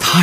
他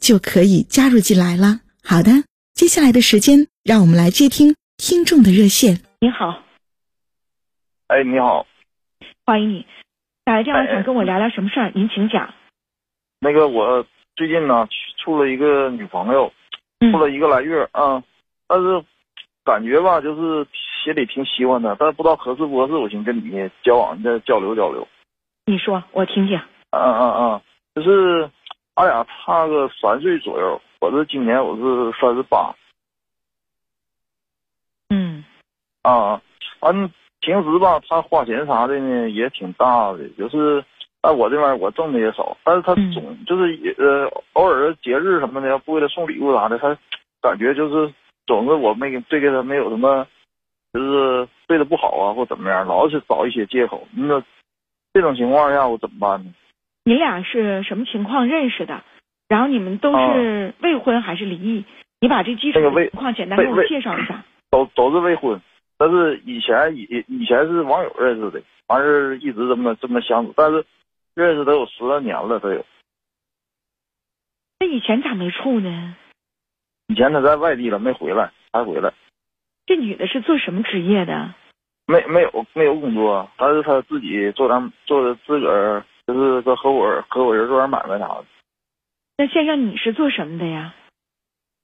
就可以加入进来了。好的，接下来的时间，让我们来接听听众的热线。您好，哎，你好，欢迎你。打来电话哎想跟我聊聊什么事儿？您请讲。那个我最近呢处了一个女朋友，嗯处了一个来月啊，但是感觉吧，就是心里挺喜欢她，但是不知道合适不合适，我寻思跟你交往再交流交流。你说，我听听。嗯嗯嗯，就是俺俩差个三岁左右，我是今年我是三十八嗯啊，俺平时吧，她花钱啥的呢也挺大的，就是。但我这边我挣的也少，但是她嗯总就是也呃偶尔节日什么的，要不给她送礼物啥的，她感觉就是总是我没给对给她没有什么，就是对她不好啊或怎么样，老是找一些借口。那这种情况下我怎么办呢？你俩是什么情况认识的？然后你们都是未婚还是离异？你把这基础哦那个未情况简单给我未未介绍一下。都都是未婚，但是以前以以前是网友认识的，完事儿一直这么这么相处，但是认识得有十来年了，都有。那以前咋没处呢？以前她在外地了，没回来，才回来，这女的是做什么职业的？没没有没有工作，但是她自己做点做的自个儿，就是跟合伙人合伙人做点买卖啥的。那先生，你是做什么的呀？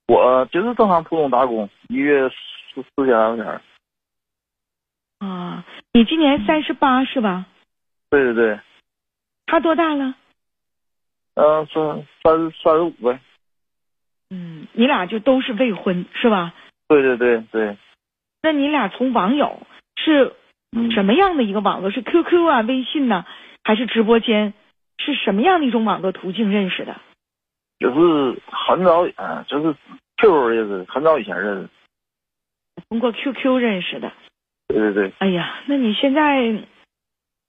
我就是正常普通打工，一月四四千来块钱儿。啊，你今嗯年三十八是吧？对对对，他多大了？嗯、三三三十五呗。嗯，你俩就都是未婚是吧？对对对对，那你俩从网友是嗯，什么样的一个网络？是 QQ 啊、微信呐、还是直播间？是什么样的一种网络途径认识的？就是很早以前，就是 Q 认识，很早以前认识。通过 QQ 认识的。对对对，哎呀，那你现在，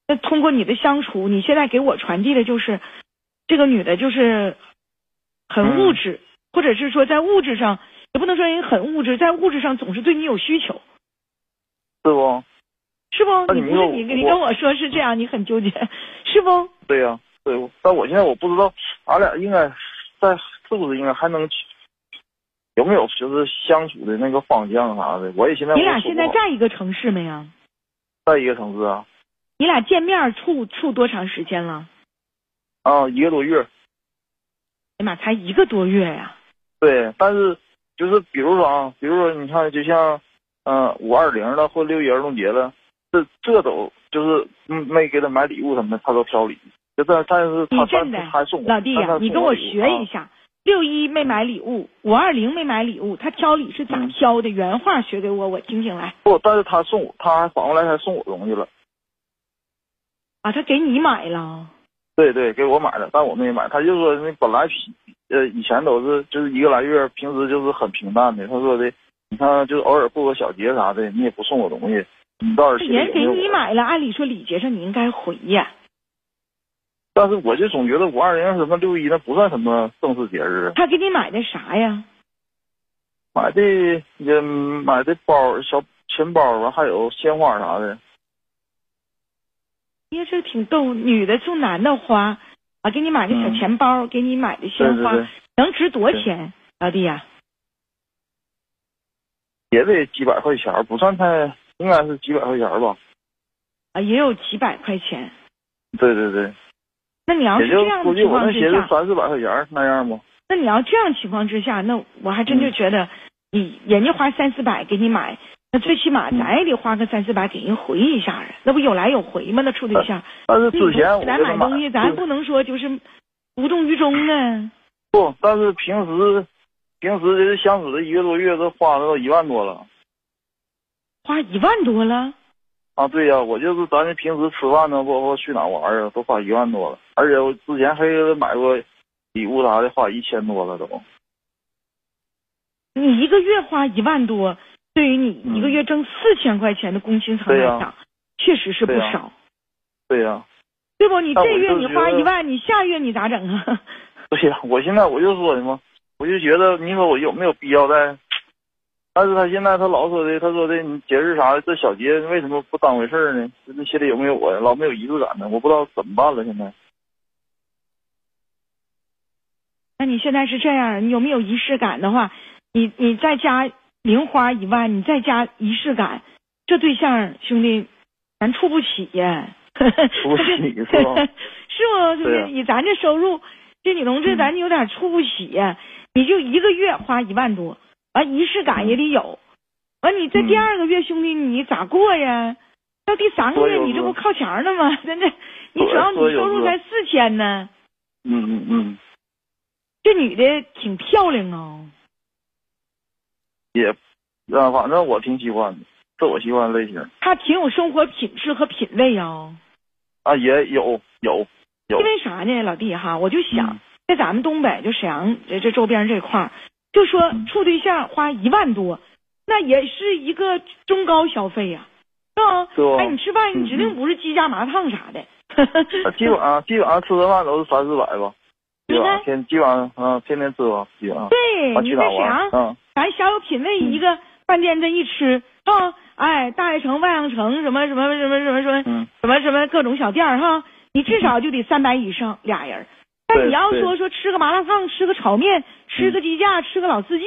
那通过你的相处，你现在给我传递的就是，这个女的就是很嗯物质，或者是说在物质上，也不能说人很物质，在物质上总是对你有需求，是不？是不？那你你不是说你我嗯你跟我说是这样，你很纠结，是不？对呀、对。我但我现在我不知道，俺俩应该在是不是应该还能有没有就是相处的那个方向啥的？我也现在你我俩也说现不在好在一个城市没啊？在一个城市啊你俩见面处处多长时间了？啊一个多月，哎呀妈，才一个多月呀、对。但是就是比如说啊，比如说你看，就像嗯五二零了或六一儿童节了，这这都就是嗯没给他买礼物什么的，他都挑礼。就但但是他你真的但是他还送我老弟呀、但他你送跟我我礼物啊学一下。六一没买礼物，五二零没买礼物，他挑礼是咋嗯挑的？原话学给我，我听听来。不，但是他送我，他还反过来还送我东西了。啊，他给你买了，对对，给我买的，但我没买。他就说那本来平呃以前都是就是一个来月，平时就是很平淡的。他说的，你看就是偶尔过个小节啥的，你也不送我东西，你倒这是心里人有给没有你我买了，按理说礼节上你应该回呀。但是我就总觉得五二零什么六一那不算什么正式节日，他给你买的啥呀？买的也买的包小钱包完还有鲜花啥的。哎呀，这挺逗，女的送男的花，啊，给你买个小嗯钱包，给你买的对鲜对花，对，能值多对钱，老弟呀、也得几百块钱儿，不算太，应该是几百块钱儿吧。啊，也有几百块钱。对对对，那你要是也这就啊样的估计情我况那之寻思下，三四百块钱儿那样吧。那你要这样情况之下，那我还嗯真就觉得，你人家花三四百给你买，那最起嗯码咱也得花个三四百给人回一下啊，那不有来有回吗？那处对象，但是那呃之你前说我嗯给咱他买东西，咱对不能说就是无动于衷呢。不，但是平时平时这相处这一个多月都花了到一万多了花一万多了，啊！对呀、我就是咱这平时吃饭呢，包括去哪玩儿啊，都花一万多了，而且我之前还给他买过礼物啥的，花一千多了都。你一个月花一万多，对于你嗯一个月挣四千块钱的工薪层来对呀讲，确实是不对呀少，对呀、对不？你但这我月就你觉花得一万，你下月你咋整啊？对呀、我现在我就说的嘛，我就觉得你说我有没有必要再？但是他现在他老说的，他说的你节日啥的，这小节为什么不当回事儿呢？这心里有没有我呀？老没有仪式感呢？我不知道怎么办了。现在那你现在是这样，你有没有仪式感的话，你你再加零花一万，你再加仪式感，这对象兄弟，咱处不起呀，不是你是吧？ 是不兄对啊弟？以咱这收入，这女同志嗯咱有点处不起呀。你就一个月花一万多，完仪式感也得有，完你这嗯第二个月兄弟你咋过呀？到第三个说月有你这时不候靠前儿呢吗？真的，你对主要你说有收入时候才四千呢。嗯嗯嗯，这女的挺漂亮哦，也，啊，反正我挺喜欢的，是我喜欢的类型她挺有生活品质和品味哦。啊，也有有有因，为啥呢，老弟哈，我就想、嗯在咱们东北就沈阳这这周边这块儿，就说嗯处对象花一万多，那也是一个中高消费呀、是吧？是吧哎，你吃饭嗯你指定不是鸡架麻辣烫啥的，啊基本上基本上吃顿饭都是三四百吧，基你本上看天基本上啊天天吃吧，基本上对，啊你去在哪沈阳玩，啊咱小有品味，一嗯个饭店这一吃啊，哎，大悦城、万象城什么什么什么什么什么嗯什么什么各种小店儿哈，你至少就得三百以上俩人儿。但对你要对嗯说说吃个麻辣烫、吃个炒面、吃个鸡架、吃个老四季，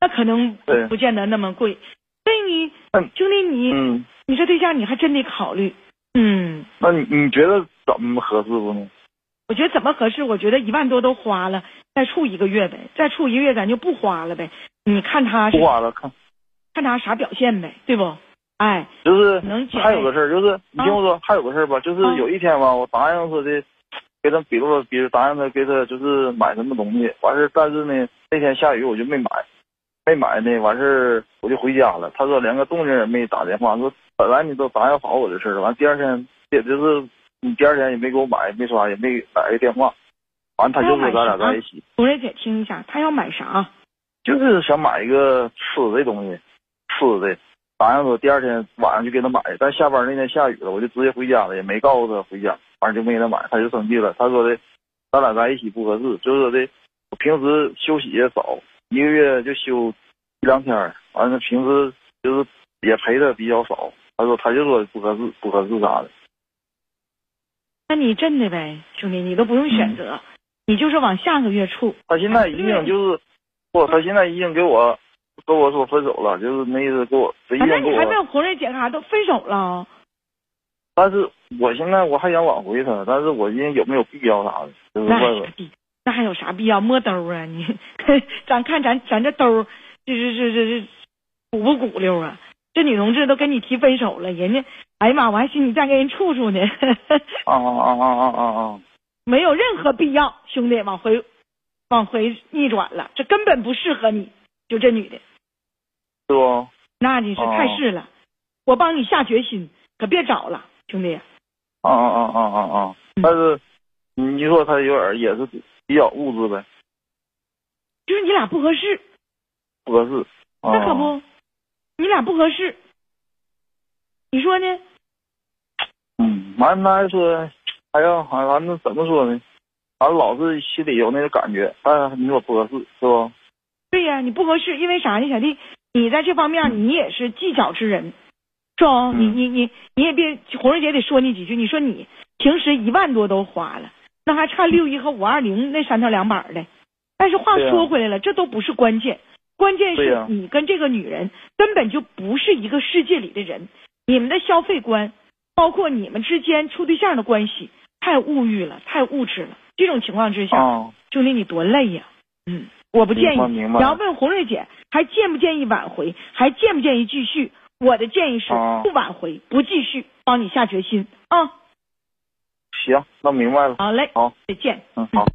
那可能不对不见得那么贵。所以你嗯兄弟你，嗯。你这对象你还真得考虑。嗯，那你你觉得怎么合适不呢？我觉得怎么合适？我觉得一万多都花了，再处一个月呗，再处一个月咱就不花了呗。你看他啊是不花了，看看他啥表现呗，对不？哎，就是能解还有个事儿，就是你啊听我说，还有个事儿吧，就是啊有一天吧，我答应说的，给他比如说，比如答应他给他就是买什么东西，完事儿，但是呢那天下雨我就没买，没买呢，完事儿我就回家了。他说连个动静也没打电话，说本来你都答应好我的事儿了，完第二天也就是你第二天也没给我买，没刷，也没打个电话，完他就说咱俩在一起，主任姐听一下，他要买啥？就是想买一个吃的东西，吃的。答应我第二天晚上就给他买，但下班那天下雨了，我就直接回家了，也没告诉他回家，完就没给他买，他就生气了。他说的，咱俩在一起不合适，就是说的，我平时休息也少，一个月就休一两天儿，完了平时就是也陪他比较少。他说他就说不合适，不合适啥的。那你真的呗，兄弟，你都不用选择，你就是往下个月处。他现在已经就是，不，他现在已经给我跟我说分手了，就是那意思给我，他已啊、那经给你还我没。有红瑞姐啥都分手了，但是我现在我还想挽回他，但是我今有没有必要啥的，就是那还问有问啥。必？那还有啥必要摸兜啊？你 咱看咱咱这兜，这这这这这鼓不鼓溜啊？这女同志都跟你提分手了，人家，哎呀妈，我还寻思你再跟人处处呢， 啊啊啊啊啊啊！没有任何必要，兄弟，往回往回逆转了，这根本不适合你，就这女的。是不？那你是太是了，我帮你下决心，可别找了，兄弟。啊啊啊啊啊嗯啊！但是你说他有点也是比较物质呗，就是你俩不合适，不合适。啊、那可不，你俩不合适，你说呢？嗯，完他还说，哎呀，好像那怎么说呢？反正老是心里有那个感觉，但是你说不合适，是不？对呀、你不合适，因为啥呢，小弟？你在这方面你也是计较之人，是吧？嗯你你你你也别，红瑞姐得说你几句。你说你平时一万多都花了，那还差六一和五二零那三条两板儿的。但是话对呀说回来了，这都不是关键，关键对是呀你跟这个女人根本就不是一个世界里的人，你们的消费观，包括你们之间处对象的关系，太物欲了，太物质了。这种情况之下，啊，兄弟你多累呀、嗯，我不建议。明白然后问红瑞姐，还建不建议挽回？还建不建议继续？我的建议是哦不挽回，不继续，帮你下决心啊。行，那明白了。好嘞，好，再见。嗯，好。